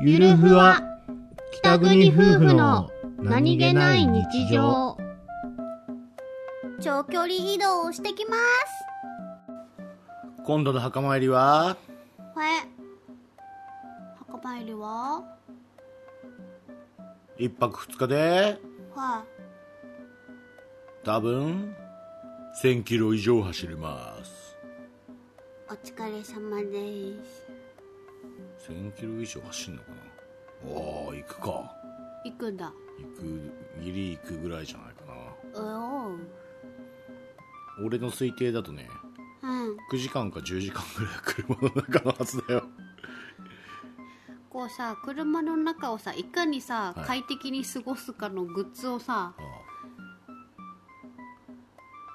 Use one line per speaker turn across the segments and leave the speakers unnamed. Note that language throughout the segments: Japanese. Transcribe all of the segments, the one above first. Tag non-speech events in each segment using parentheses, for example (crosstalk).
ゆるふわ北国夫婦の
長距離移動をしてきます
今度の墓参りは
はい墓参りは
一泊二日で
は
多分1000キロ以上走ります
いお疲れ様です
1000キロ以上走んのかなおお行くか
行くんだ
行くギリ行くぐらいじゃないか
うおう
な俺の推定だとね
うん
9時間か10時間ぐらい車の中のはずだよ
こうさ車の中をさいかにさ、
はい
快適に過ごすかのグッズをさ
あ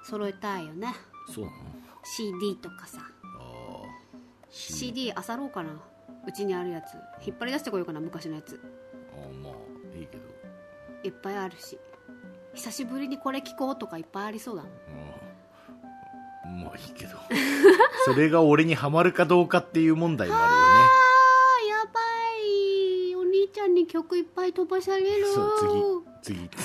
揃えたいよね
あそうなの
CD とかさ
ああ
CD あさろうかなうちにあるやつ引っ張り出してこようかな昔のやつ
ああまあいいけど
いっぱいあるし久しぶりにこれ聞こうとかいっぱいありそうだもん
うんまあいいけど (laughs) それが俺にはまるかどうかっていう問題もあるよね
あーやばいお兄ちゃんに曲いっぱい飛ばされる
そう次次